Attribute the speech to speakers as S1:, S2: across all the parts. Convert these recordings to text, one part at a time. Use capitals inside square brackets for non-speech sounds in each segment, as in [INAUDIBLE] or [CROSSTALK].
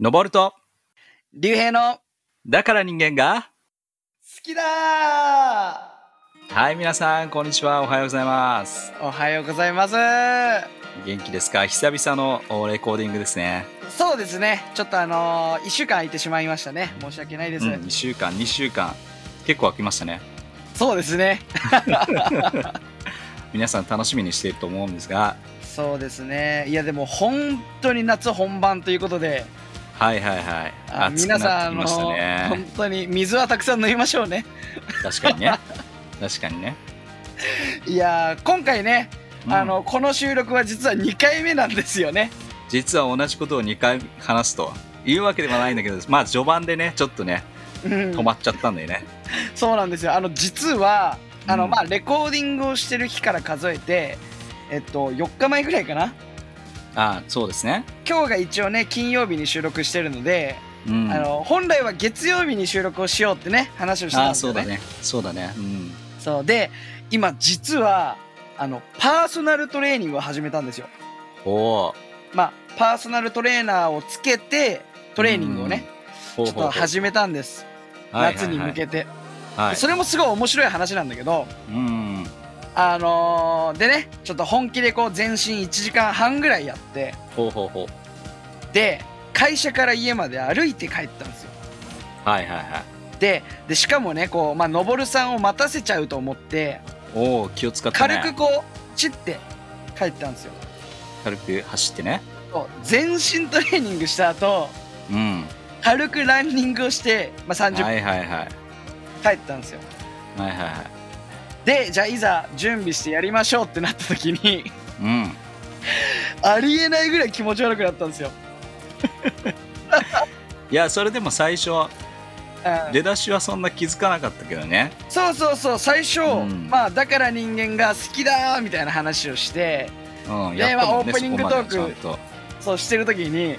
S1: 登ると、
S2: 竜兵の好
S1: だから人間が。
S2: きだー
S1: はい、皆さん、こんにちは。おはようございます。
S2: おはようございます
S1: 元気ですか久々のおレコーディングですね。
S2: そうですねちょっとあのー、1週間空いてしまいましたね申し訳ないで
S1: う
S2: す、
S1: ん、2週間、2週間。結構空きましたね。
S2: そうで
S1: [LAUGHS]
S2: すね
S1: 皆さん楽しみにしていると思うんですが、
S2: そうですねいやでも本当に夏本番ということで
S1: はいはいはい。
S2: あ
S1: 暑く
S2: 皆さん
S1: なっ
S2: あ
S1: てき
S2: の
S1: ました
S2: ー本
S1: ね。
S2: 当に水はたくさん飲みましょうね
S1: [LAUGHS] 確かにね。確かにね。
S2: いやー今回ね、
S1: うん
S2: あのこの収録は実は2回目なんですよね
S1: 実は同じことを2回話すというわけではないんだけど、まあ序盤でね、ちょっとね、
S2: うん
S1: 止まっちゃったんだよね。
S2: そうなんですよあの実はあの、
S1: うん
S2: まあレコーディングをしてる日から数えてえっと4日前ぐらいかな
S1: あそうですね。
S2: 今日が一応ね金曜日に収録してるので、
S1: うん。
S2: あの本来は月曜日に収録をしようってね話をしてたん
S1: あ
S2: で
S1: ー
S2: す
S1: そ
S2: よ
S1: うだ
S2: ね
S1: ね。そうだね。うん。
S2: そうで今実はあのパーソナルトレーニングを始めたんですよ
S1: おお。
S2: まあパーソナルトレーナーをつけてトレーニングをね、
S1: うん。
S2: ちょっと始めたんです、夏に向
S1: て、
S2: けて、
S1: はい
S2: それもすごい面白い話なんだけど
S1: うん
S2: あのーでねちょっと本気でこう全身1時間半ぐらいやって
S1: ほうほうほう
S2: で会社から家まで歩いて帰ったんですよ
S1: はいはいはい
S2: ででしかもねこう、まあ、のぼるさんを待たせちゃうと思って
S1: おお気を使って、ね、
S2: 軽くこうチッて帰ったんですよ
S1: 軽く走ってね
S2: そう全身トレーニングした後
S1: うん
S2: 軽くランニングをして、まあ、30
S1: は
S2: 分
S1: いはいはいはい
S2: 帰ったんですよ、
S1: はいはい
S2: でじゃあいざ準備してやりましょうってなった時に
S1: うん
S2: ありえないぐらい気持ち悪くなったんですよ、
S1: いやそれでも最初
S2: うん
S1: 出だしはそんな気づかなかったけどね
S2: そうそうそう最初、
S1: うん
S2: まあだから人間が好きだーみたいな話をして
S1: うん
S2: で
S1: やったもんね
S2: まあオープニングトーク
S1: そこまでちゃんと
S2: そうしてる時に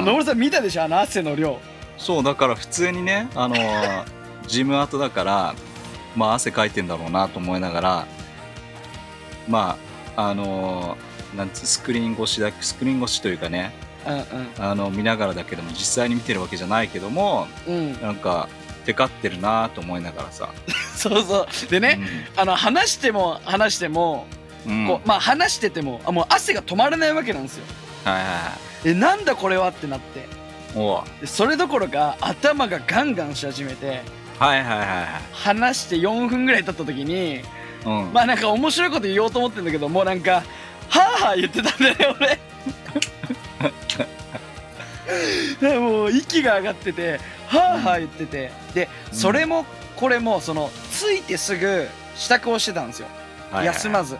S1: う
S2: うん野村さん見たでしょあの汗の量
S1: そうだから普通にね
S2: [LAUGHS]
S1: あのージム後だからまあ汗かいてんだろうなと思いながらまああのーなんつスクリーン越しだスクリーン越しというかね
S2: うん
S1: あの見ながらだけども実際に見てるわけじゃないけども
S2: うんうん
S1: なんかテカってるなと思いながらさ、
S2: そうそうでね、あの話しても話しても、
S1: うん、うん
S2: こうまあ話しててもあもう汗が止まらないわけなんですよ
S1: はいは
S2: えなんだこれはってなって
S1: いはいおう
S2: でそれどころか頭がガンガンし始めて
S1: はいはいは
S2: 話して4分ぐらい経った時
S1: い
S2: に
S1: はい、うん
S2: まあなんか面白いこと言おうと思ってんだけどもうなんかはあはあ言ってたんだよね俺でもう息が上がっててはあはあ言っててでそれもこれもそのついてすぐ支度をしてたんですよ
S1: はいはい
S2: 休まず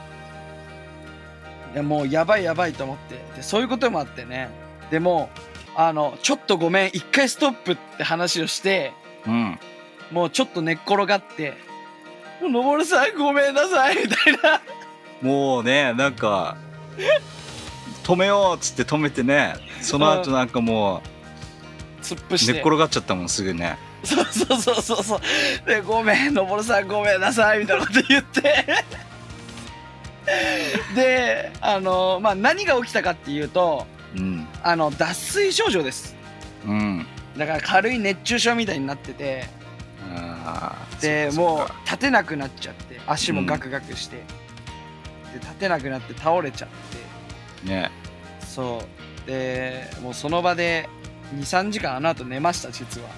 S2: いやもうやばいやばいと思ってでそういうこともあってねでもあのちょっとごめん一回ストップって話をして
S1: うん
S2: もうちょっと寝っ転がって「もうのぼるさんごめんなさい」みたいな
S1: もうねなんか止めようっつって止めてねその後なんかも
S2: 突っ伏し
S1: う
S2: て
S1: 寝っ転がっちゃったもんすぐね
S2: そう [LAUGHS] そうそうそうそうで「ごめんのぼるさんごめんなさい」みたいなこと言って [LAUGHS] であのまあ何が起きたかっていうと
S1: うん
S2: あの脱水症状です
S1: うん
S2: だから軽い熱中症みたいになってて
S1: あー
S2: で
S1: そっ
S2: も
S1: か
S2: う立てなくなっちゃって足もガクガクして、で立てなくなって倒れちゃっ
S1: そっかね
S2: てそうでもうその場で23時間あの後寝ました実は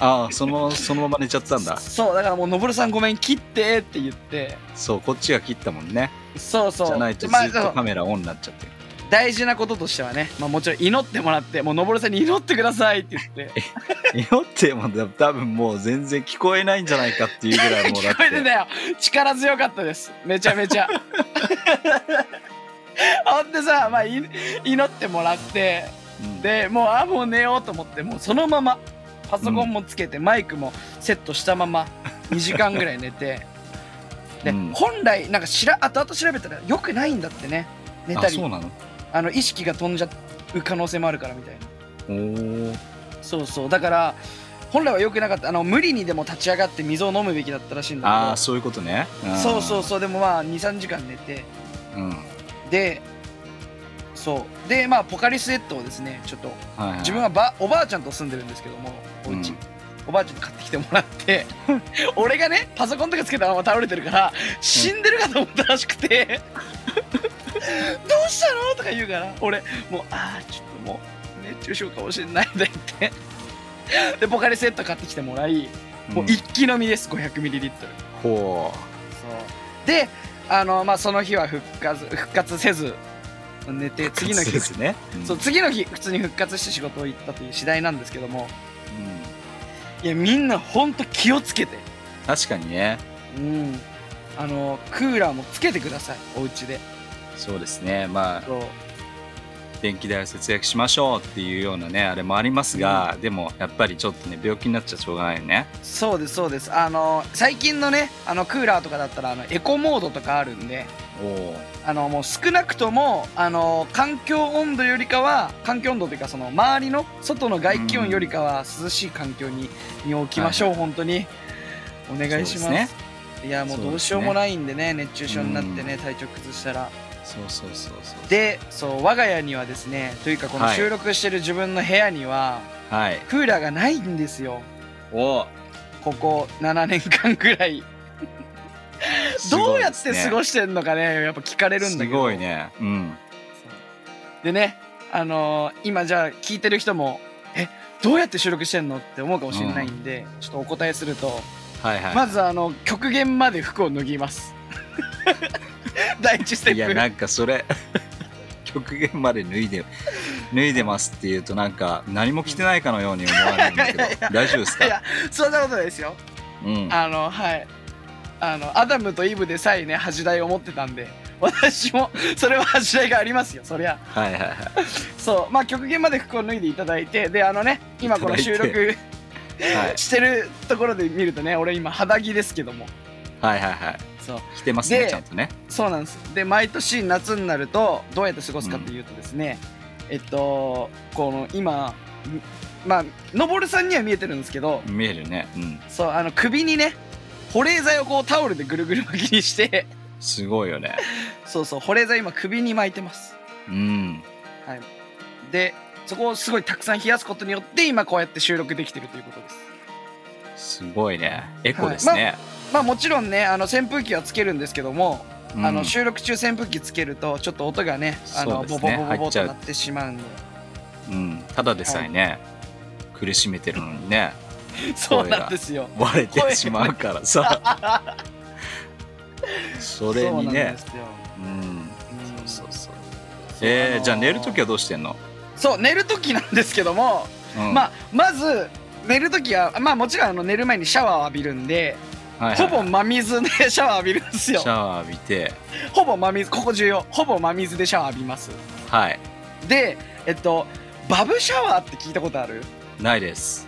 S1: ああそのそのまま寝ちゃったんだ
S2: そうだからもう「のぼるさんごめん切って」って言って
S1: そうこっちが切ったもんね
S2: そうそう
S1: じゃないとず
S2: まあ
S1: っとカメラオンになっちゃってる
S2: 大事なこととしてはね、まあ、もちろん祈ってもらってもうのぼるさんに祈ってくださいって言って
S1: 酔ってもだ多分もう全然聞こえないんじゃないかっていうぐらいもうだ
S2: [LAUGHS] 聞
S1: っ
S2: こえてた
S1: て
S2: よ力強かったですめちゃめち
S1: [LAUGHS]
S2: ゃほんでさ、まあ、い祈ってもらって
S1: うん
S2: でもうあもう寝ようと思ってもうそのままパソコンもつけて、マイクもセットしたまま2時間ぐらい寝てで、
S1: うん
S2: 本来なんかしら後々調べたらよくないんだってね寝た
S1: あ
S2: り
S1: そうなの
S2: あの意識が飛んじゃう可能性もあるからみたいな
S1: おー
S2: そうそうだから本来は良くなかったあの無理にでも立ち上がって水を飲むべきだったらしいん
S1: あ
S2: だ
S1: あそういうことね
S2: けどそうそうそうでもまあ23時間寝て
S1: うん、うん、
S2: でそうでまあポカリスエットをですねちょっと
S1: はいはい、
S2: 自分はばおばあちゃんと住んでるんですけどもお家、
S1: うん
S2: おばあちゃんに買ってきてもらって [LAUGHS] 俺がねパソコンとかつけたまま倒れてるから死んでるかと思ったらしくて [LAUGHS] どうしたのとか言うから俺もうああちょっともう熱中症かもしれないんだ言ってでポカリセット買ってきてもらいもう一気飲みです 500ml そう
S1: ほ
S2: であのまあその日は復活復活せず寝て
S1: う
S2: 次の日
S1: ですね、ん
S2: そう次の日普通に復活して仕事を行ったという次第なんですけども
S1: うん
S2: いやみんなほんと気をつけて
S1: 確かにね
S2: うんあのクーラーもつけてくださいお家で
S1: そうですねまあ
S2: そう
S1: 電気代を節約しましょうっていうようなねあれもありますが、でもやっぱりちょっとね病気になっちゃしょうがないよね
S2: そうですそうですあの最近のねあのクーラーとかだったらあのエコモードとかあるんで
S1: おお
S2: あのもう少なくともあの環境温度よりかは環境温度というかその周りの外の外気温よりかは涼しい環境に身を置きましょう、本当にお願いします
S1: そうです
S2: いやもうどうしようもないんでね熱中症になってね体調崩したら
S1: そうそうそうそう
S2: でそう我が家にはですねというかこの
S1: はい
S2: 収録してる自分の部屋には
S1: はい
S2: クーラーがないんですよ
S1: おお
S2: ここ7年間ぐらいどうやって過ご
S1: し
S2: してんのかねやっぱ聞かれるんだけど
S1: すごいねうん
S2: そうでねあのー今じゃあ聞いてる人もえどうやって収録してんのって思うかもしれないんで、ちょっとお答えすると
S1: はいはい、
S2: まずあの極限まで服を脱ぎます [LAUGHS] 第一ステ
S1: い
S2: ッ
S1: や
S2: プ
S1: なんかそれ [LAUGHS] 極限まで脱いで脱いでますっていうとなんか何も着てないかのように思われるんだけど
S2: いやい [LAUGHS] や
S1: 大丈夫です
S2: いや
S1: か
S2: そんなことないですよ
S1: うん
S2: あのはいあのアダムとイブでさえね恥じらいを持ってたんで私もそれは恥じらいがありますよそりゃ
S1: はいはいはい
S2: そうまあ極限まで服を脱いでいただいてであのね今この収
S1: いた
S2: 録
S1: はい
S2: してるところで見るとね俺今肌着ですけども
S1: はいはいはい
S2: そう
S1: 着てますね
S2: で
S1: ちゃんとね
S2: そうなんですで毎年夏になるとどうやって過ごすかっていうとですね、えっとこの今んまあのぼるさんには見えてるんですけど
S1: 見えるねうん
S2: そうあの首にね保冷剤をこうタオルでぐるぐる巻きにして [LAUGHS]
S1: すごいよね
S2: そうそう保冷剤今首に巻いてます
S1: うん
S2: でそこをすごいたくさん冷やすことによって今こうやって収録できてるということです
S1: すごいねエコですね、
S2: まあもちろんねあの扇風機はつけるんですけども、
S1: うん
S2: あの収録中扇風機つけるとちょっと音がねあの
S1: そうです
S2: ボ
S1: ね
S2: ボボボ
S1: 入
S2: ボ
S1: っちゃ
S2: と
S1: う
S2: なってしまうんで
S1: うん、ただでさえね、苦しめてるのにね
S2: そうなんですよ
S1: 割れてしまうからさ
S2: [LAUGHS]
S1: それにね
S2: そうなんですよ
S1: うん
S2: うん
S1: そうそうそう
S2: あ
S1: え
S2: のー
S1: ー、じゃあ寝るときはどうしてんの、
S2: そう寝る時なんですけども、
S1: うん
S2: まあまず寝る時はまあもちろんあの寝る前にシャワーを浴びるんで
S1: はいはい
S2: ほぼ真水でシャワー浴びるんです
S1: シ
S2: よ
S1: ャワー浴びて
S2: ほぼ真水ここ重要ほぼ真水でシャワー浴びます
S1: はい
S2: でえっとバブシャワーって聞いたことある
S1: ないです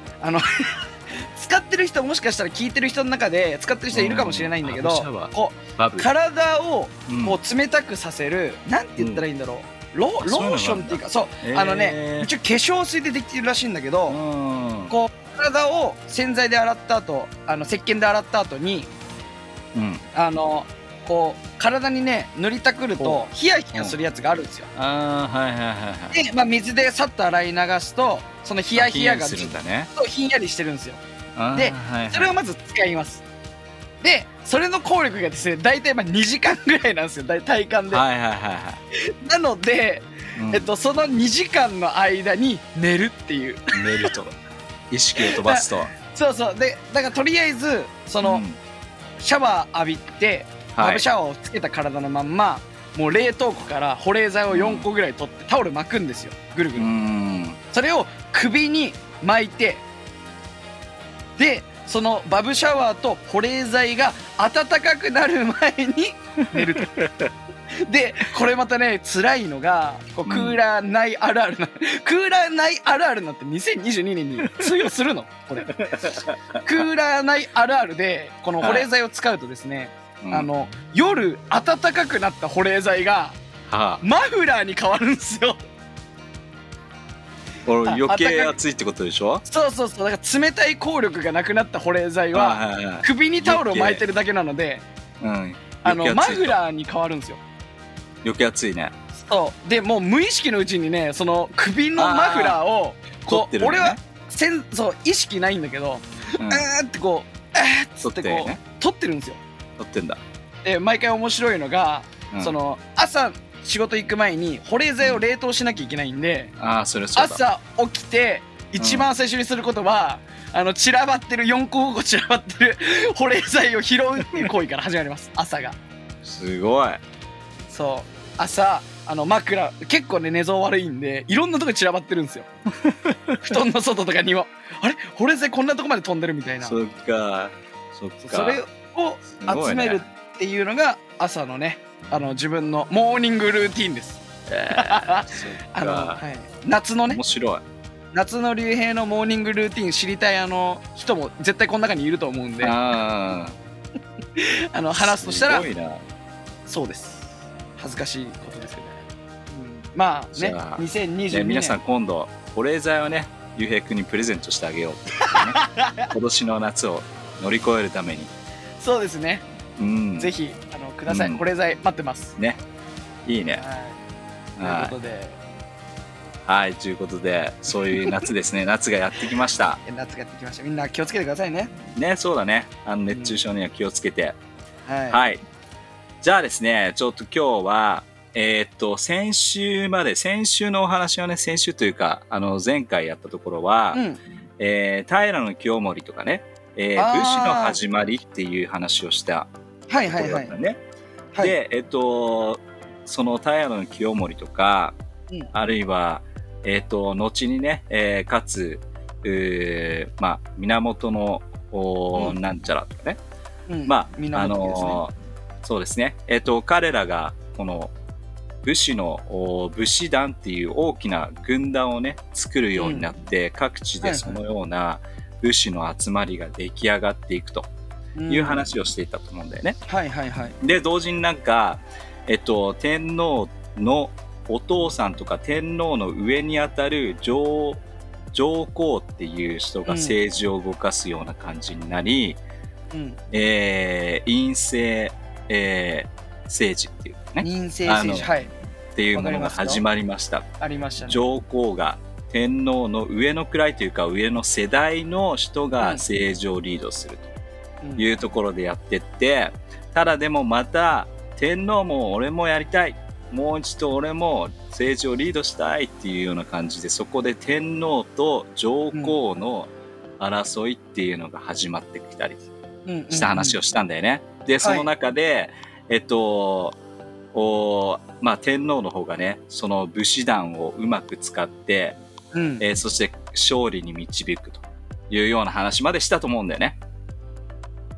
S2: 使ってる人もしかしたら聞いてる人の中で使ってる人いるかもしれないんだけど
S1: うんバブシャワー
S2: こ
S1: バ
S2: う
S1: ブ
S2: 体を
S1: うん
S2: こう冷たくさせる、なんて言ったらいいんだろう、ロ
S1: あ
S2: ロ
S1: そういうのがあるんだ
S2: ーションっていうかそう、
S1: えー
S2: あのね一応化粧水でできてるらしいんだけど、
S1: うん
S2: こう体を洗剤で洗った後あの石鹸で洗った後に
S1: うん
S2: あのこう体にね塗りたくると
S1: ほ
S2: ヒヤヒヤするやつがあるんですよ。
S1: あーはいはいはいはい
S2: で、まあ、水でさっと洗い流すとそのヒヤヒヤが
S1: あひんやりする
S2: ずっ
S1: んだね
S2: とひんやりしてるんですよ。
S1: あー
S2: で
S1: はいはい
S2: それをまず使います。で、それの効力がですね、大体まあ2時間ぐらいなんですよ、大体感で。
S1: はいはいはいは
S2: なので、
S1: い、うん
S2: えっと、その2時間の間に寝るっていう。
S1: 寝ると意識を飛ばすと
S2: そうそう。で、だからとりあえず、 [LAUGHS] その、
S1: うん
S2: シャワー浴びて、バ
S1: はい
S2: ブシャワーをつけた体のまんま、もう冷凍庫から保冷剤を4個ぐらい取ってタオル巻くんですよ、ぐるぐ
S1: う
S2: る。
S1: ん
S2: それを首に巻いてでそのバブシャワーと保冷剤が暖かくなる前に
S1: [LAUGHS]
S2: 寝ると。でこれまたね辛いのがこう
S1: うん
S2: クーラーないあるあるな、クーラーないあるあるなんて2022年に通用するのこれクーラーないあるあるでこの保冷剤を使うとですね、
S1: うん
S2: あの夜暖かくなった保冷剤が
S1: はあ
S2: マフラーに変わるんですよ
S1: これ
S2: あ
S1: 余計
S2: あったかい
S1: 暑いってことでしょ
S2: そうそうそうだから冷たい効力がなくなった保冷剤は
S1: はいはいはい
S2: 首にタオルを巻いてるだけなので
S1: うん
S2: あの
S1: 余計
S2: マ
S1: 暑い
S2: フ
S1: と
S2: ラーに変わるんですよ
S1: 余計暑いね
S2: そうでもう無意識のうちにねその首のマフラーを
S1: 撮
S2: こ
S1: って
S2: う
S1: るの
S2: 俺
S1: ね
S2: はせんそう意識ないんだけど、
S1: うん
S2: うーってこうえーっつ
S1: 撮
S2: っ
S1: って
S2: て
S1: る
S2: こ
S1: よ
S2: う
S1: ね
S2: 撮ってるんですよ
S1: 撮ってんだ、
S2: で毎回面白いのが、
S1: うん
S2: その朝仕事行く前に保冷剤を冷凍しなきゃいけないんで、
S1: ああそれそうだ
S2: 朝起きて一番最初にすることは、あの散らばってる4個5個散らばってる [LAUGHS] 保冷剤を拾うっていう行為から始まります朝が
S1: すごい
S2: そう朝あの枕結構ね寝相悪いんでいろんなとこに散らばってるん
S1: [LAUGHS]
S2: ですよ布団の外とかにもあれ保冷剤こんなとこまで飛んでるみたいな
S1: そっかそっか
S2: それを
S1: すご
S2: 集
S1: い
S2: め
S1: ね
S2: るっていうのが朝のねあの自分のモーニングルーティンです。
S1: そっ
S2: [LAUGHS] あの、
S1: か
S2: はい、夏のね
S1: 面白い
S2: 夏の竜兵のモーニングルーティン知りたいあの人も絶対この中にいると思うんであ
S1: あ
S2: の
S1: あ
S2: 話すとしたら
S1: すごいな
S2: そうです恥ずかしいことですけどね、うんまあ
S1: じ
S2: ね
S1: ゃあ
S2: 2022
S1: ね、
S2: 年
S1: 皆さん今度保冷剤をねゆうへい君にプレゼントしてあげようっていう
S2: [LAUGHS]
S1: ね今年の夏を乗り越えるために
S2: そうですね、
S1: うん
S2: ぜひあのください、
S1: うん
S2: 保冷剤待ってます、
S1: ねいいね
S2: は
S1: は
S2: い、ということで
S1: い、はい、ということでそういう夏ですね [LAUGHS] 夏がやってきました
S2: 夏がやってきましたみんな気をつけてくださいね
S1: ねそうだねあの熱中症には気をつけて、
S2: はい、
S1: はいじゃあですねちょっと今日はえーっと先週まで先週のお話をね先週というかあの前回やったところは、
S2: うん、
S1: えー平清盛とかね、えー
S2: あー
S1: 武士の始まりっていう話をした
S2: はい
S1: とこ
S2: はい
S1: ろだ
S2: は
S1: っ
S2: い
S1: たね。
S2: はい
S1: で、えっと、その平清盛とか、
S2: うん
S1: あるいは、えっと、後にね、えーかつ、えーまあ、源の、おー
S2: うん
S1: なんちゃらとかね。
S2: うん
S1: ま
S2: みん
S1: あ、
S2: な
S1: あ
S2: の時ですね、
S1: のーそうですね。えっと、彼らが、この、武士のおー武士団っていう大きな軍団をね作るようになって、各地
S2: はい
S1: で
S2: はい
S1: そのような武士の集まりが出来上がっていくと
S2: うん
S1: いう話をしていたと思うんだよね。
S2: はいはいはい
S1: で同時になんか、えっと、天皇のお父さんとか天皇の上にあたる上上皇っていう人が政治を動かすような感じになり、
S2: うん
S1: えー陰性、えー政治っていうかね
S2: 陰性
S1: あ
S2: 選
S1: の
S2: 手はい
S1: っていうものが始まりました
S2: ありましたね
S1: 上皇が天皇の上の位というか上の世代の人が政治をリードすると。
S2: うん
S1: いうところでやってってただでもまた天皇も俺もやりたいもう一度俺も政治をリードしたいっていうような感じでそこで天皇と上皇の争いっていうのが始まってきたりした話をしたんだよね。でその中で、えっとおまあ、天皇の方がねその武士団をうまく使って、
S2: うんうんうん
S1: えーそして勝利に導くというような話までしたと思うんだよね。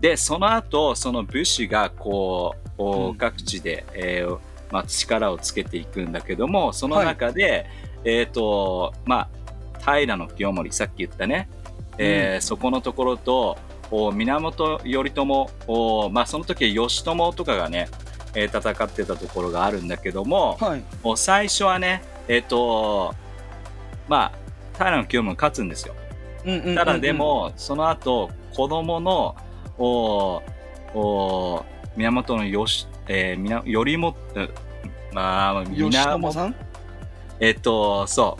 S1: で、その後、その武士がこう、お
S2: うん
S1: 各地で、えーまあ、力をつけていくんだけども、その中で、えっ、と、まあ、平清盛、さっき言ったね、えーそこのところと、お源頼朝、おまあ、その時義朝とかがね、えー戦ってたところがあるんだけども、
S2: はい
S1: もう最初はね、えっ、と、まあ、平清盛勝つんですよ。
S2: うんうんうんうん
S1: ただでも、その後、子供の、おーおー源のよし、えー、みな、よりも、うんまあ、
S2: 吉友
S1: 源、
S2: さん
S1: えっ、と、そ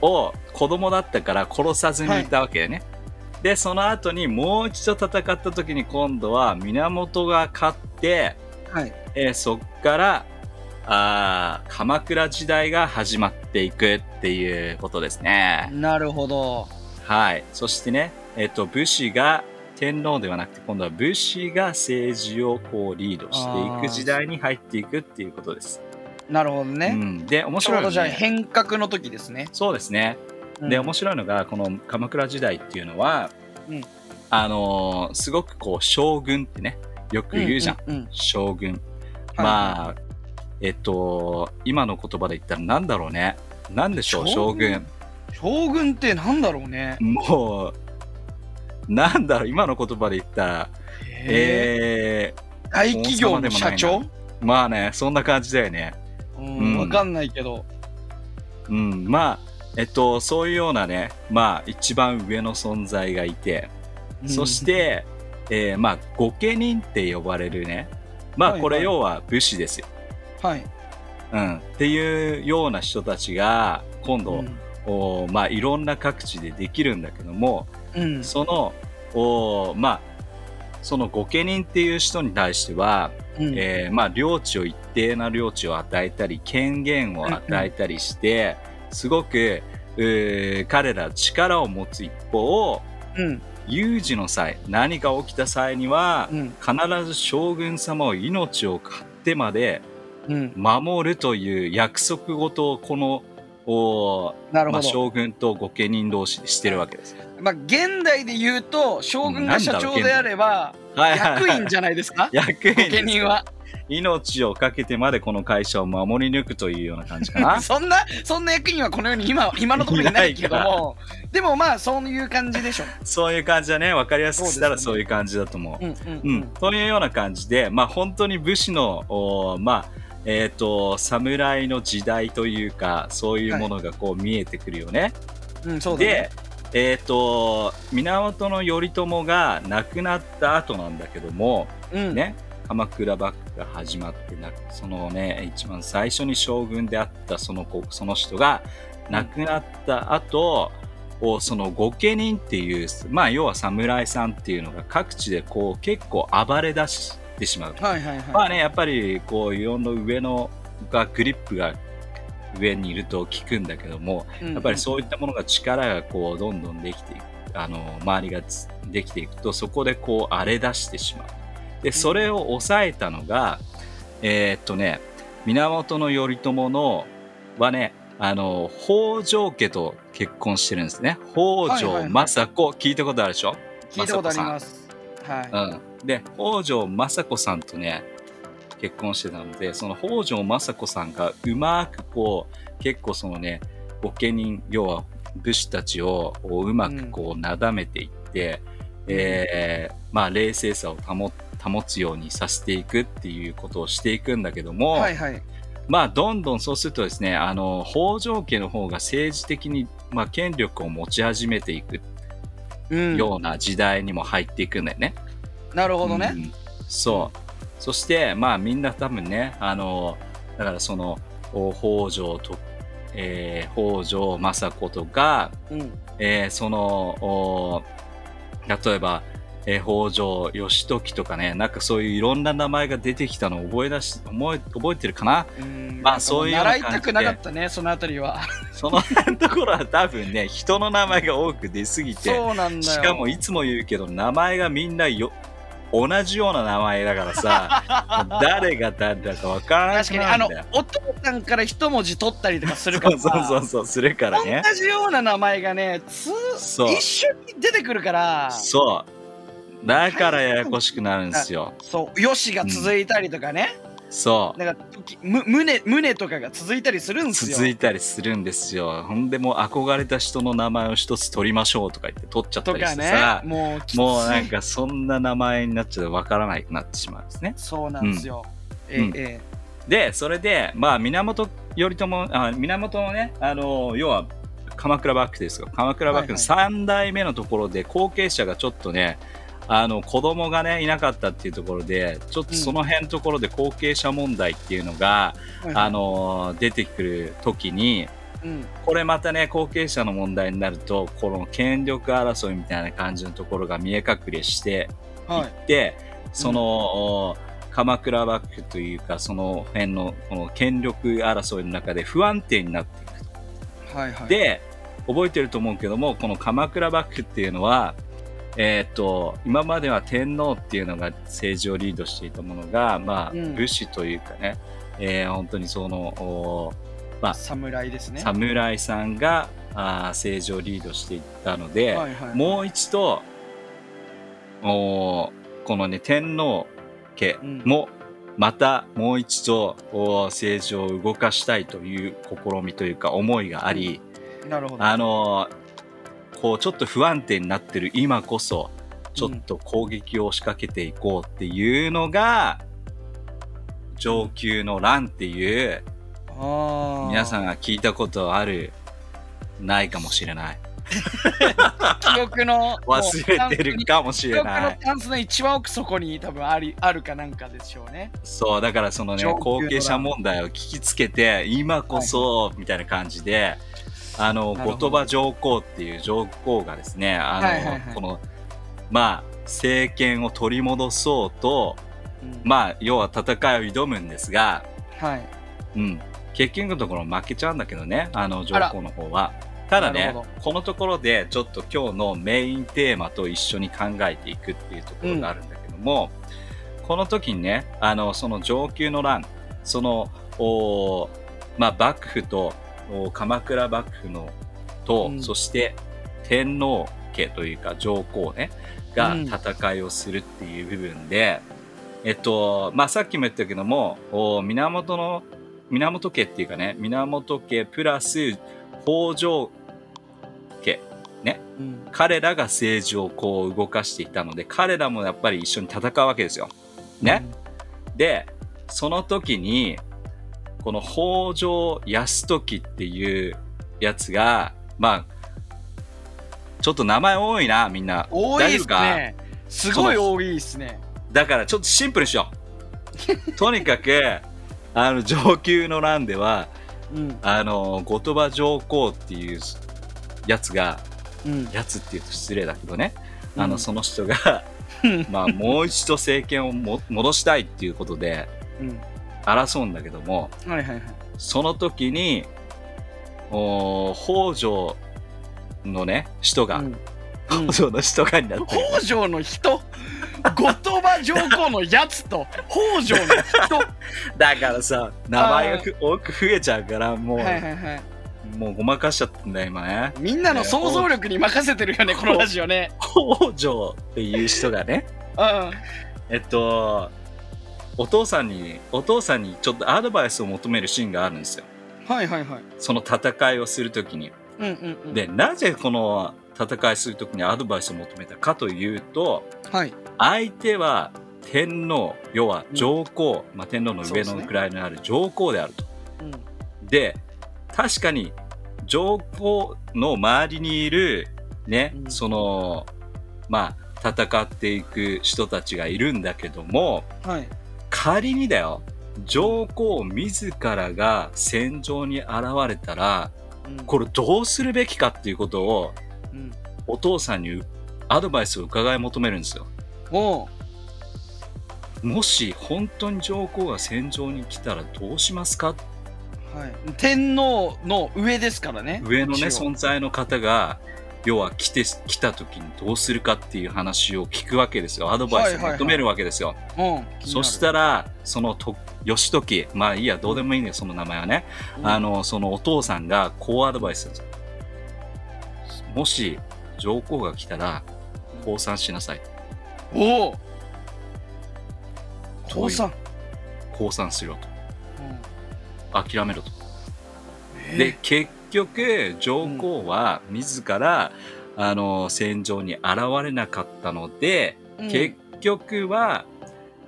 S1: う、を子供だったから殺さずにいたわけだよね。で、その後にもう一度戦った時に今度は源が勝って、
S2: はい
S1: えーそっからあー鎌倉時代が始まっていくっていうことですね。
S2: なるほど
S1: はい。そしてね、えっ、と、武士が天皇ではなくて、今度は武士が政治をこうリードしていく時代に入っていくっていうことです。
S2: なるほどね、
S1: うん、で、面
S2: ち
S1: 白
S2: ょう
S1: い
S2: ど
S1: の
S2: じゃあ
S1: ね。
S2: 変革の時ですね。
S1: そうですね。で、面
S2: 白
S1: 白いのが、この鎌倉時代っていうのは、
S2: うん
S1: あのーすごくこう、将軍ってね、よく言うじゃん。。
S2: うんうんうん
S1: 将軍。まあ、えっと、今の言葉で言ったらなんだろうね。なんでしょう、将
S2: 将軍
S1: 軍。
S2: 将軍ってなんだろうね。
S1: もう、なんだろう、今の言葉で言ったら、
S2: へ
S1: え
S2: え
S1: ー、
S2: 大企業の社長
S1: 王まあね、そんな感じだよね。
S2: う
S1: うん
S2: ん、わかんないけど。
S1: うん、まあ、えっと、そういうようなね、まあ、一番上の存在がいて、そし、て、えーまあ、御家人って呼ばれるね、まあ、
S2: はい
S1: これ
S2: はい
S1: 要は武士ですよ。
S2: はい。
S1: うん、っていうような人たちが今度、
S2: うん
S1: おまあ、いろんな各地でできるんだけども
S2: うん
S1: そのおまあその御家人っていう人に対しては、
S2: うん
S1: えーまあ、領地を一定な領地を与えたり権限を与えたりしてすごくうー彼ら力を持つ一方
S2: うん
S1: 有事の際何か起きた際には
S2: うん
S1: 必ず将軍様を命を買ってまで
S2: うん
S1: 守るという約束事をこのお
S2: なる
S1: ま
S2: ほ
S1: あ、
S2: ど、
S1: 将軍と御家人同士でしてるわけです。
S2: まあ、現代で言うと将軍が社長であれば
S1: はいはい
S2: 役
S1: はい
S2: 員じゃないですか
S1: [LAUGHS] 役員
S2: 御
S1: です
S2: 家人は
S1: 命をかけてまでこの会社を守り抜くというような感じか
S2: [LAUGHS]
S1: な。
S2: そんなそんな役員はこの世に今今のところいないけどもでもまあそういう感じでしょ
S1: そういう感じだね。わかりやすくしたら
S2: そ
S1: そうう
S2: で
S1: いう感じだと思う。
S2: うんうん
S1: うん、というような感じで、まあ、本当に武士の、おーまあ、えっ、と、侍の時代というか、そういうものがこう見えてくるよね。
S2: うん、うん、そうだね
S1: で、えっ、と、源頼朝が亡くなった後なんだけども、
S2: うん
S1: ね、鎌倉幕府が始まってなそのね一番最初に将軍であったその子その人が亡くなった後、をその御家人っていうまあ要は侍さんっていうのが各地でこう結構暴れ出してしまう。
S2: はいはいはい、
S1: まあねやっぱりこう世の上のがグリップが上にいると聞くんだけども
S2: うん
S1: やっぱりそういったものが力がこうどんどんできていくあの周りがつできていくとそこでこう荒れ出してしまうでそれを抑えたのがえーっとね源頼朝のはねあの北条家と結婚してるんですね北
S2: はいは
S1: 条
S2: いはい
S1: 政子、聞いたことあるでしょ、
S2: 聞いたことありますはい、
S1: うん、で北条政子さんとね結婚してたのでその北条政子さんがうまくこう結構そのね御家人要は武士たちをこううまくこうなだめていって、えーまあ、冷静さを保保つようにさせていくっていうことをしていくんだけども、
S2: はいはい
S1: まあどんどんそうするとですねあの北条家の方が政治的に、まあ、権力を持ち始めていく
S2: うん
S1: ような時代にも入っていくんだよね。
S2: なるほどね、
S1: うんそうそしてまあみんな多分ねあのだからそのお北条と、えー北条政子とか、
S2: うん
S1: えーそのお例えば、えー北条義時とかねなんかそういういろんな名前が出てきたのを覚え出し思え覚えてるかな
S2: うん
S1: まあそういうような
S2: 習
S1: 感じで
S2: いたくなかったねそのあたりは
S1: そのところは多分ね人の名前が多く出すぎて
S2: そうなんだよ
S1: しかもいつも言うけど名前がみんなよ同じような名前だからさ
S2: [LAUGHS]
S1: 誰が誰だかわからなく
S2: 確かに
S1: な
S2: あ
S1: る
S2: の
S1: んだよ。
S2: お父さんから一文字取ったりとかするか
S1: そうそ
S2: らさ
S1: うそうそうするからね。
S2: 同じような名前がねつ
S1: そう
S2: 一緒に出てくるからそ
S1: そうだからややこしくなるんですよ。
S2: う「よし」が続いたりとかね、
S1: そ
S2: なんか時む胸胸とかが続いたりするん
S1: う
S2: すよ
S1: 続いたりするんですよ。ほんでもう憧れた人の名前を一つ取りましょうとか言って取っちゃった
S2: と
S1: りし
S2: か
S1: て
S2: ね
S1: さ、
S2: もうきつい
S1: もうなんかそんな名前になっちゃわからないくなってしまうんですね。
S2: そうなんですよ、え
S1: うん
S2: ええ
S1: でそれでまあ源頼朝あ源のねあの要は鎌倉幕府ですよ鎌倉幕府の3代目のところで後継者がちょっとねあの子供がねいなかったっていうところでちょっとその辺のところで後継者問題っていうのが、
S2: はいはい
S1: あの出てくる時に
S2: うん
S1: これまたね後継者の問題になるとこの権力争いみたいな感じのところが見え隠れして行
S2: はい
S1: って、その、鎌倉幕府というかその辺のこの権力争いの中で不安定になっていくと
S2: はいはい
S1: で覚えてると思うけどもこの鎌倉幕府っていうのはえーっと今までは天皇っていうのが政治をリードしていたものが、まあ
S2: うん
S1: 武士というかね、えー本当にそのお
S2: 侍ですね
S1: 侍さんがあー政治をリードしていったの
S2: は
S1: で、
S2: いはい
S1: もう一度おーこのね天皇家もまたもう一度おー政治を動かしたいという試みというか思いがあり、
S2: なるほど
S1: あのーこうちょっと不安定になってる今こそちょっと攻撃を仕掛けていこうっていうのが上級の乱っていう
S2: あー
S1: 皆さんが聞いたことあるないかもしれない
S2: 記憶の
S1: [LAUGHS] 忘れてるかもし
S2: 記
S1: れ
S2: 憶の
S1: ない
S2: タンスの一番奥底に多分ありあるかなんかでしょうね。
S1: そうだからそのね
S2: 上級の
S1: 後継者問題を聞きつけて今こそみたいな感じであの
S2: なるほ
S1: 後
S2: ど
S1: 鳥羽上皇っていう上皇がですねあの、
S2: はいはいはい
S1: このまあ政権を取り戻そうと
S2: うん
S1: まあ要は戦いを挑むんですが、
S2: はい、
S1: うん、結局のところ負けちゃうんだけどねあの上
S2: あら
S1: 皇の方は。ただ
S2: な
S1: ね
S2: るほど
S1: このところでちょっと今日のメインテーマと一緒に考えていくっていうところがあるんだけども、この時にねあのその上級の乱そのおー、まあ、幕府とおー鎌倉幕府のと、
S2: うん
S1: そして天皇家というか上皇ねが戦いをするっていう部分で、えっとまあ、さっきも言ったけどもおー源の源家っていうかね源家プラス北条家
S2: うん
S1: 彼らが政治をこう動かしていたので彼らもやっぱり一緒に戦うわけですよ。ね、でその時にこの北条泰時っていうやつがまあちょっと名前多いなみんな
S2: 多いです
S1: 大
S2: ね。すごい多いですね。
S1: だからちょっとシンプルにしよ
S2: [LAUGHS]
S1: うとにかくあの上級の乱では
S2: うん
S1: あの後鳥羽上皇っていうやつが
S2: うん
S1: やつっていうと失礼だけどねあ
S2: う
S1: の
S2: ん
S1: その人
S2: [LAUGHS]
S1: がまあもう一度政権をも戻したいっていうことで
S2: うん
S1: 争うんだけども
S2: はいはいはい。
S1: その時におー北条のね人が、
S2: うん
S1: [LAUGHS] 北条の人がにな
S2: [LAUGHS]
S1: って
S2: 北条の人後鳥羽上皇のやつと北条の人は
S1: だからさ名前がく多く増えちゃうからもう、
S2: いはいはい
S1: もうごまかしちゃったんだよ今ね
S2: みんなの想像力に任せてるよねこのラジオね
S1: 北条っていう人がね
S2: う
S1: えっとお父さんにお父さんにちょっとアドバイスを求めるシーンがあるんですよ
S2: んはいはいはい
S1: その戦いをする時に
S2: うんうんうん
S1: でなぜこの戦いする時にアドバイスを求めたかというと
S2: はい
S1: 相手は天皇要は上皇、まあ、天皇の上の位にある上皇であると。
S2: うん
S1: で確かに上皇の周りにいるね、
S2: うん
S1: そのまあ戦っていく人たちがいるんだけども
S2: はい
S1: 仮にだよ上皇自らが戦場に現れたら
S2: うん
S1: これどうするべきかっていうことを
S2: うん
S1: お父さんにアドバイスを伺い求めるんですよ。
S2: おう
S1: もし本当に上皇が戦場に来たらどうしますか
S2: はい天皇の上ですからね
S1: 上のね
S2: 一応
S1: 存在の方が要は来て来た時にどうするかっていう話を聞くわけですよアドバイスを
S2: はいはいはい
S1: 求めるわけですよ、
S2: うん
S1: そしたらそのと義時まあいいやどうでもいいねその名前はね、あ
S2: の
S1: のそのお父さんがこうアドバイスするんですよもし上皇が来たら降参しなさい
S2: おう
S1: こう
S2: 父
S1: いう
S2: さん
S1: 降参しろと
S2: うん
S1: 諦めろと
S2: え
S1: で結局上皇は自ら、あの戦場に現れなかったので、
S2: うん
S1: 結局は、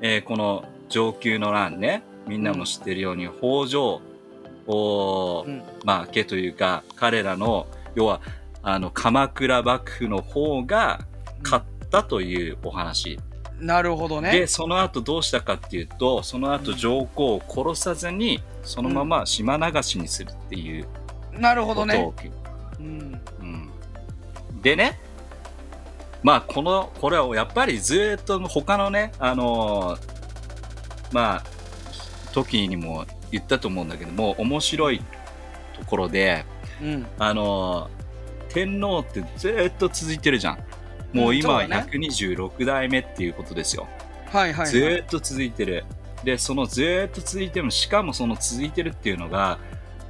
S1: えーこの上級の乱ねみんなも知ってるように、北条を、
S2: うん
S1: まあ家というか彼らの要はあの鎌倉幕府の方が勝ったというお話、
S2: なるほどね
S1: でその後どうしたかっていうとその後上皇を殺さずにそのまま島流しにするっていう
S2: なるほ
S1: こと
S2: ど
S1: を、
S2: ねうん
S1: うんでね、まあこの、これはやっぱりずっと他のね、あのーまあ、時にも言ったと思うんだけども、面白いところで、
S2: うん
S1: あのー天皇ってずっと続いてるじゃん。もう今は
S2: うんそうだね
S1: 126代目っていうことですよ。
S2: はいはい
S1: ず
S2: はい
S1: ーっと続いてる。で、そのずーっと続いても、しかもその続いてるっていうのが、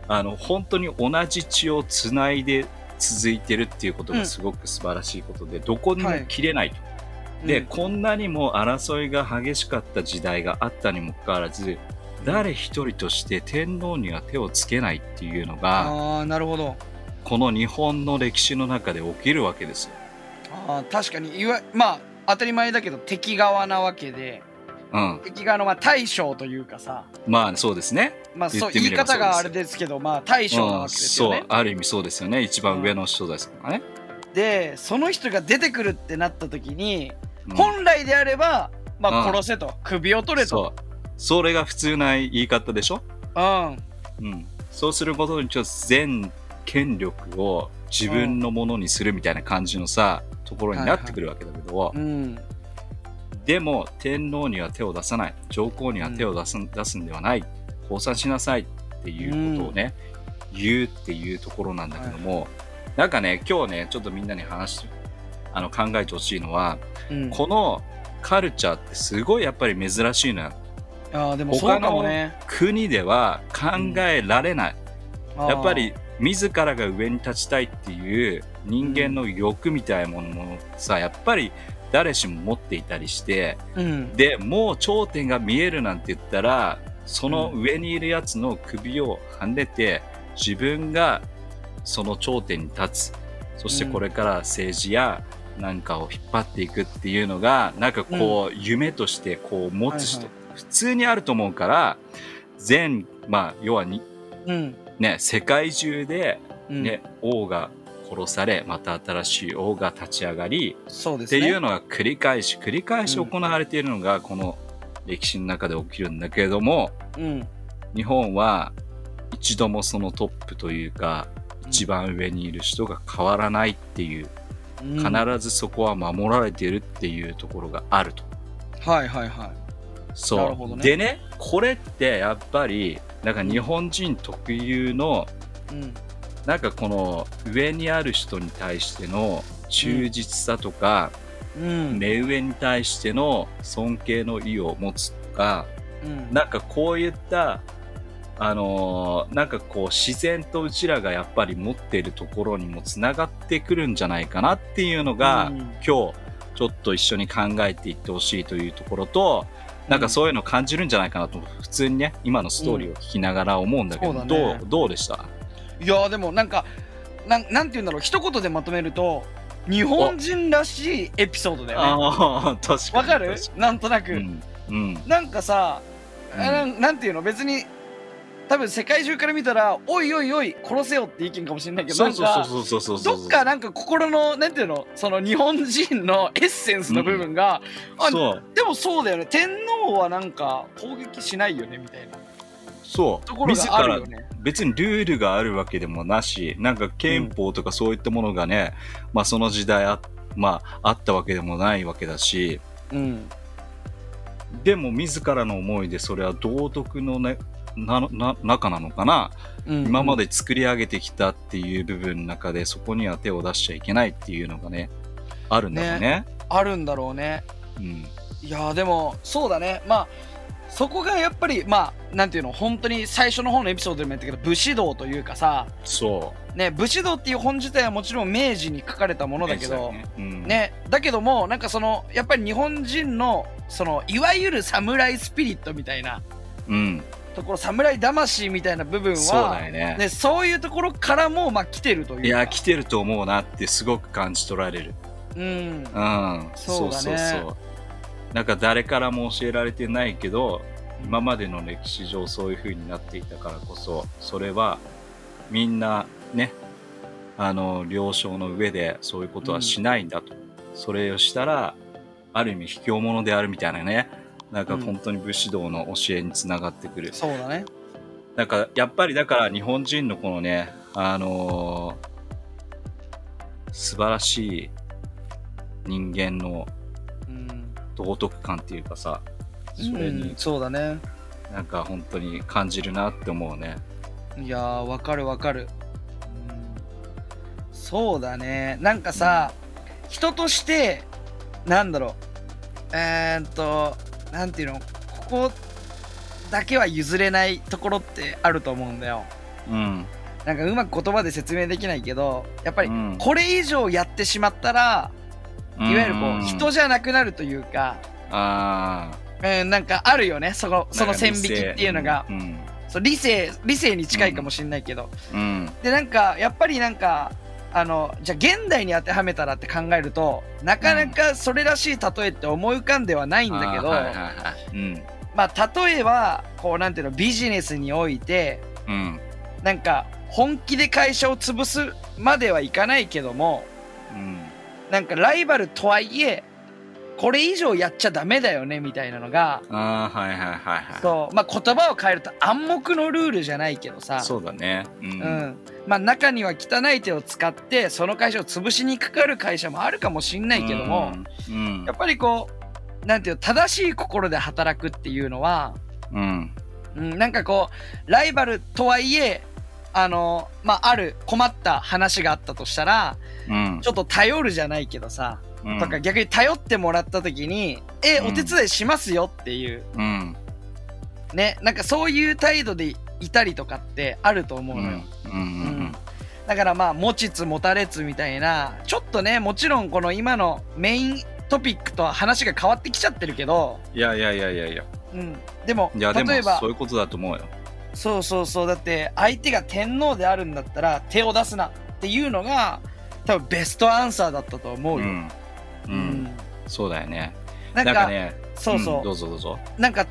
S1: あの、本当に同じ血をつないで続いてるっていうこと
S2: う
S1: が
S2: ん
S1: すごく素晴らしいことで、どこにも
S2: はい
S1: 切れないと。
S2: うん
S1: で、こんなにも争いが激しかった時代があったにもかかわらず、誰一人として天皇には手をつけないっていうのが、
S2: ああなるほど
S1: この日本の歴史の中で起きるわけですよ。
S2: あー確かにいわまあ当たり前だけど敵側なわけで
S1: うん。
S2: 敵側のまあ大将というかさ
S1: まあ、そうですね。
S2: まあ
S1: 言
S2: そ
S1: っ
S2: う
S1: てみ
S2: 言い
S1: ればそうです
S2: 方があれですけどまあ大将なわけですよ
S1: うん
S2: ね
S1: そう、ある意味そうですよね。一番上の人ですからね。
S2: でその人が出てくるってなった時に、
S1: うん
S2: 本来であれば、まあ、
S1: うん
S2: 殺せと、首を取れと
S1: そうそれが普通な言い方でしょ、
S2: うん
S1: うん、そうすることにちょっと全権力を自分のものにするみたいな感じのさ、ところになってくるわけだけど、
S2: うん
S1: でも天皇には手を出さない上皇には手を出す,、ん、出すんではない降参しなさいっていうことをね、言うっていうところなんだけども、なんかね今日ねちょっとみんなに話してあの考えてほしいのは、
S2: うん
S1: このカルチャーってすごいやっぱり珍しいのよ
S2: あーでもそうかもね
S1: 国では考えられない、やっぱり自らが上に立ちたいっていう人間の欲みたいなものもさやっぱり誰しも持っていたりして、
S2: あーうん
S1: でもう頂点が見えるなんて言ったらその上にいるやつの首をはねて自分がその頂点に立つそしてこれから政治やなんかを引っ張っていくっていうのがなんかこう夢としてこう持つ人、
S2: はい
S1: 普通にあると思うから全まあ要はに
S2: うん
S1: ね世界中で、
S2: うん
S1: ね王が殺されまた新しい王が立ち上がり
S2: そうで
S1: っ
S2: す
S1: て
S2: ね
S1: いうのが繰り返し繰り返し行われているのがこの歴史の中で起きるんだけれども
S2: うん
S1: 日本は一度もそのトップというか一番上にいる人が変わらないっていう
S2: うん
S1: 必
S2: はい
S1: ずそこは守られているっていうところがあると。
S2: はいはいなる
S1: そ
S2: ほ
S1: う
S2: どね
S1: でねこれってやっぱりなんか日本人特有の
S2: うん
S1: なんかこの上にある人に対しての忠実さとか、
S2: うん
S1: 目上に対しての尊敬の意を持つとか
S2: うん
S1: なんかこういったあのーなんかこう自然とうちらがやっぱり持っているところにもつながってくるんじゃないかなっていうのが、
S2: うん
S1: 今日ちょっと一緒に考えていってほしいというところとなんかそういうのを感じるんじゃないかなと普通にね今のストーリーを聞きながら思うんだけど、
S2: うんそうだ
S1: ど
S2: ね
S1: うどうでした
S2: いやーでもなんかなんなんて言うんだろう一言でまとめると日本人らしいエピソードだよね
S1: ああ確かに
S2: わかる
S1: 確か
S2: なんとなく、
S1: にうん、うん
S2: なんかさ、
S1: うん
S2: なんなんていうの別に多分世界中から見たら「おいおいおい殺せよ」って意見かもしれないけど
S1: そ
S2: な
S1: うんそう
S2: か
S1: そうそうそうそう
S2: どっかなんか心のなんていうのその日本人のエッセンスの部分が、あ
S1: そう
S2: でもそうだよね天皇はなんか攻撃しないよねみたいな
S1: そう
S2: ところがあるよね。
S1: 別にルールがあるわけでもなしなんか憲法とかそういったものがね、まあ、その時代あ,、まあ、あったわけでもないわけだし
S2: うん、
S1: でも自らの思いでそれは道徳の、ね、なな中なのかな、
S2: うん
S1: 今まで作り上げてきたっていう部分の中でそこには手を出しちゃいけないっていうのがねあるんだろうね。
S2: あるんだろうね。
S1: うん
S2: いやーでもそうだねまあそこがやっぱりまあなんていうの本当に最初の方のエピソードでも言ったけど武士道というかさ、
S1: そ
S2: ね、武士道っていう本自体はもちろん明治に書かれたも
S1: う
S2: のだけど、ね
S1: うん
S2: だけどもなんかそのやっぱり日本人のそのいわゆる侍スピリットみたいな
S1: うん、
S2: ところ侍魂みたいな部分
S1: そう
S2: は
S1: だよね
S2: ね、そういうところからもまあ来てるというか
S1: いや来てると思うなってすごく感じ取られる。
S2: うん
S1: うん、
S2: そうだね
S1: うなんか誰からも教えられてないけど今までの歴史上そういう風になっていたからこそそれはみんなねあの了承の上でそういうことはしないんだと、それをしたらある意味卑怯者であるみたいなねなんか本当に武士道の教えにつながってくる、
S2: そうだね
S1: なんかやっぱりだから日本人のこのね、あのー素晴らしい人間の
S2: うん、
S1: 道徳感っていうかさ、それ
S2: う
S1: に
S2: ん、そうだね
S1: なんか本当に感じるなって思うね。
S2: いやーわかるわかる、うん、そうだねなんかさ、人としてなんだろうえー、っとなんていうのここだけは譲れないところってあると思うんだよ
S1: うん。
S2: なんかうまく言葉で説明できないけどやっぱり
S1: うん
S2: これ以上やってしまったら、いわゆるこう人
S1: じ
S2: じゃなくなるというか、
S1: あー
S2: うん、なんかあるよねそこその線引きっていうのが
S1: うん。うん
S2: そう理性理性に近いかもしれないけど、
S1: うん。
S2: でなんかやっぱりなんかあのじゃあ現代に当てはめたらって考えるとなかなかそれらしい例えって思い浮かんではないんだけど
S1: あーはいはいはい。うん。
S2: まあ例えばこうなんていうのビジネスにおいて
S1: うん。
S2: なんか本気で会社を潰すまではいかないけども
S1: うん
S2: なんかライバルとはいえこれ以上やっちゃダメだよねみたいなのが
S1: ああはいはいはいはい
S2: そうまあ言葉を変えると暗黙のルールじゃないけどさ
S1: そうだねうん、
S2: うんまあ、中には汚い手を使ってその会社を潰しにかかる会社もあるかもしんないけども、
S1: うん、うん
S2: やっぱりこうなんていうの正しい心で働くっていうのは、
S1: うん
S2: うん、なんかこうライバルとはいえあの、まあ、ある困った話があったとしたら
S1: うん
S2: ちょっと頼るじゃないけどさ、
S1: うん
S2: とか逆に頼ってもらった時に「え
S1: うん
S2: お手伝いしますよ」っていう
S1: うん
S2: ねなんかそういう態度でいたりとかってあると思
S1: う
S2: うのよ。
S1: んうんうん
S2: だからまあ持ちつ持たれつみたいなちょっとねもちろんこの今のメイントピックとは話が変わってきちゃってるけど、
S1: いやいやいやいやいや
S2: うん、でも
S1: いやで
S2: 例え
S1: も
S2: ば
S1: そういうことだと思うよ
S2: そうそうそうだって相手が天皇であるんだったら手を出すなっていうのが多分ベストアンサーだったと思
S1: う
S2: うよ。
S1: んうん、
S2: うん
S1: そうだよね
S2: なんか
S1: なんかね
S2: そうそ
S1: ん
S2: う、
S1: どうぞどうぞ、
S2: なんか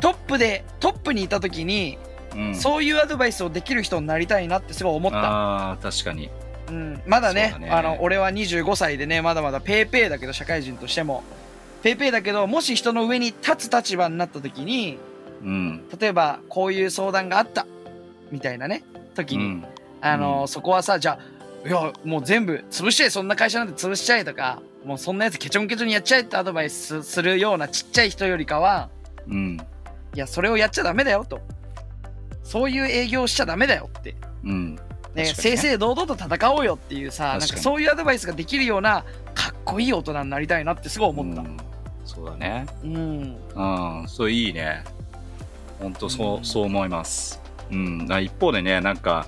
S2: トップでトップにいた時に、
S1: うん、
S2: そういうアドバイスをできる人になりたいなってすごい思った。
S1: ああ確かに
S2: うん、まだね
S1: そうだね
S2: あの俺は25歳でねまだまだペーペーだけど社会人としてもペーペーだけどもし人の上に立つ立場になった時に
S1: うん
S2: 例えばこういう相談があったみたいなね時
S1: う
S2: に、
S1: ん
S2: あの
S1: うん
S2: そこはさじゃあいやもう全部潰しちゃえそんな会社なんて潰しちゃえとかもうそんなやつケチョンケチョンにやっちゃえってアドバイスするようなちっちゃい人よりかは
S1: うん
S2: いやそれをやっちゃダメだよとそういう営業しちゃダメだよって
S1: うん
S2: ね、
S1: 確かに
S2: 正
S1: ね
S2: 々堂々と戦おうよっていうさなん
S1: 確かに
S2: かそういうアドバイスができるようなかっこいい大人になりたいなってすごい思った
S1: う。んそうだね
S2: うん、
S1: うんそういいね本当そう、
S2: うん
S1: そう思いますうんあ一方でねなんか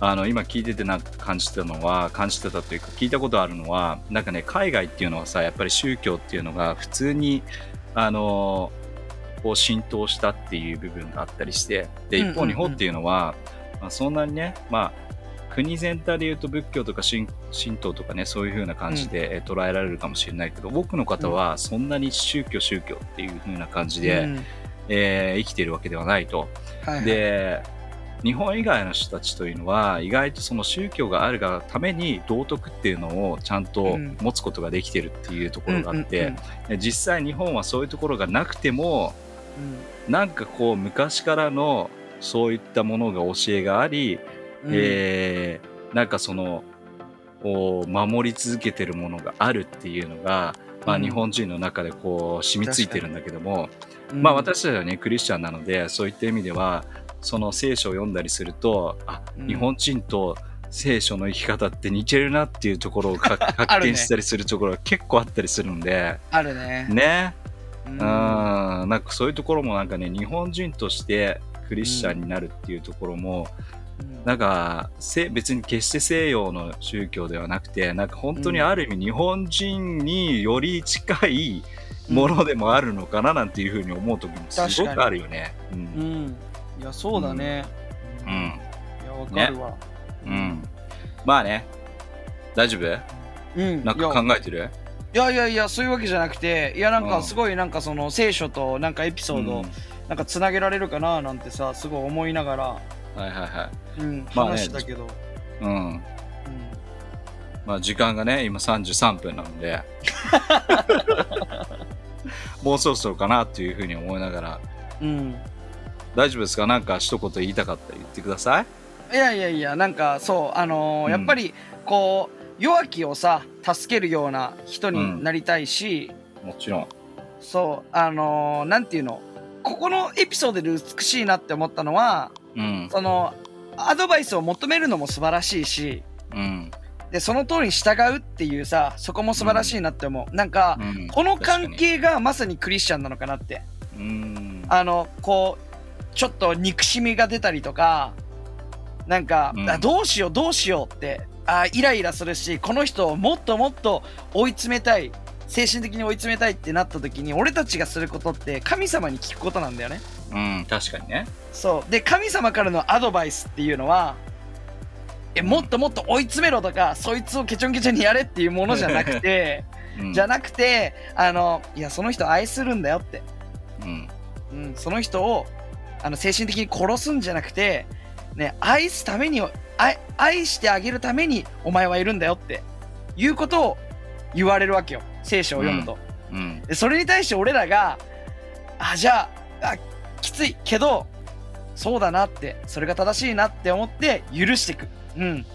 S1: あの今聞いててなんか感じてたのは感じてたというか聞いたことあるのはなんかね海外っていうのはさやっぱり宗教っていうのが普通にあのこう浸透したっていう部分があったりしてで
S2: うんうんうん
S1: 一方日本っていうのは、まあ、そんなにねまあ国全体で言うと仏教とか神神道とかねそういう風な感じでえ捉えられるかもしれないけど、僕の方はそんなに宗教宗教っていう風な感じで、
S2: うん
S1: えー生きているわけではないと。
S2: はいはい、
S1: で日本以外の人たちというのは意外とその宗教があるがために道徳っていうのをちゃんと
S2: うん
S1: 持つことができてるっていうところがあって、
S2: うんうん
S1: で実際日本はそういうところがなくても
S2: うん
S1: なんかこう昔からのそういったものが教えがあり、
S2: うん
S1: えーなんかそのお守り続けてるものがあるっていうのが、まあ、
S2: うん
S1: 日本人の中でこう染みついてるんだけども、
S2: うん
S1: まあ私たちはねクリスチャンなのでそういった意味ではその聖書を読んだりするとあ
S2: うん
S1: 日本人と聖書の生き方って似てるなっていうところを
S2: [LAUGHS]
S1: か
S2: あ
S1: 発
S2: るね
S1: 見したりするところが結構あったりするんで
S2: あるね。
S1: ね
S2: う
S1: うんんなんかそういうところもなんかね日本人としてクリスチャンになるっていうところも、なんかせ別に決して西洋の宗教ではなくてなんか本当にある意味日本人により近いものでもあるのかななんていうふうに思う時もすごくあるよね。う
S2: うんん、いやそうだね。
S1: う
S2: い
S1: ん
S2: やわかるわ。
S1: うんまあね大丈夫
S2: うん、
S1: なんか考えてる
S2: いやいやいやそういうわけじゃなくていやなん
S1: う
S2: か
S1: ん
S2: すごいなんかその聖書となんかエピソードなんかつなげられるかななんてさすごい思いながら、
S1: うんはいはいは
S2: うん、
S1: まあね
S2: 話したけど。
S1: い、うん
S2: うん
S1: まあ、時間がね今33分なの [LAUGHS] でもうそろそろかなっていうふうに思いながら
S2: うん
S1: 大丈夫ですかなんか一言言いたかったら言ってください
S2: いやいやいやなんかそうあのー
S1: うん
S2: やっぱりこう弱気をさ助けるような人になりたいし、
S1: もちろん
S2: そうあのーなんていうのここのエピソードで美しいなって思ったのは
S1: うん
S2: そのアドバイスを求めるのも素晴らしいし
S1: うん
S2: でその通りに従うっていうさそこも素晴らしいなって思う、なんか、
S1: うん
S2: この関係がまさにクリスチャンなのかなって
S1: 確かにうん
S2: あのこうちょっと憎しみが出たりとかなんか、
S1: うん
S2: あどうしようどうしようってあイライラするしこの人をもっともっと追い詰めたい精神的に追い詰めたいってなった時に俺たちがすることって神様に聞くことなんだよね。
S1: うん確かにね
S2: そうで神様からのアドバイスっていうのはえもっともっと追い詰めろとかそいつをケチョンケチョンにやれっていうものじゃなくて
S1: [LAUGHS] うん
S2: じゃなくてあのいやその人を愛するんだよって
S1: うん
S2: うん、その人をあの精神的に殺すんじゃなくて、ね、愛すために愛愛してあげるためにお前はいるんだよっていうことを言われるわけよ聖書を読むと。
S1: うん
S2: でそれに対して俺らがあじゃああきついけどそうだなってそれが正しいなって思って許していく、うん、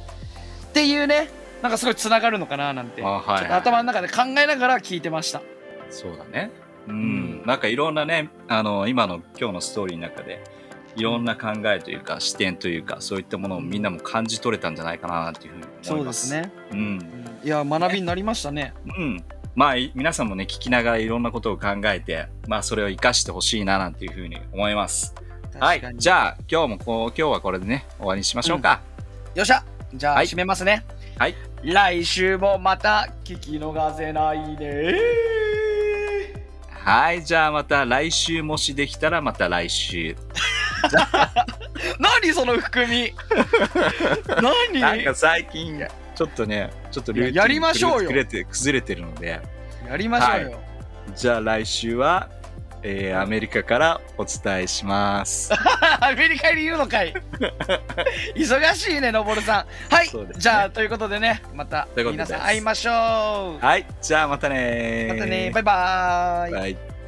S2: っていうねなんかすごいつながるのかななんて、
S1: あはいはい
S2: ちょっと頭の中で考えながら聞いてました。
S1: そうだねうん、
S2: うん
S1: なんかいろんなねあの今の今日のストーリーの中でいろんな考えというか視点というかそういったものをみんなも感じ取れたんじゃないかなっていうふうに思
S2: そ
S1: いう
S2: で
S1: ます
S2: すね、
S1: うん
S2: いや学びになりましたね。
S1: うんまあい皆さんもね聞きながらいろんなことを考えてまあそれを生かしてほしいななんていうふうに思いますはいじ
S2: ゃ
S1: ゃあ今日もこう今日はこれでね終わりにしましょうか、
S2: よっしゃじゃあ、
S1: はい
S2: 締めますね。
S1: はい
S2: 来週もまた聞き逃せないね。
S1: はいじゃあまた来週もしできたらまた来週
S2: 何その
S1: [LAUGHS]
S2: 含み何
S1: なんか最近ちょっとねちょっとルーティン
S2: やりましょうよ
S1: 崩れて崩れてるので
S2: やりましょうよ。
S1: じゃあ来週は、えーアメリカからお伝えします。
S2: アメリカにいる
S1: [LAUGHS]
S2: のかい忙しいねのぼるさんはい、
S1: そうですね
S2: じゃあということでねまた
S1: ということで
S2: 皆
S1: す
S2: さん会いましょう
S1: はい、じゃあまたね
S2: ま
S1: ー
S2: たねバイバーイ
S1: バイ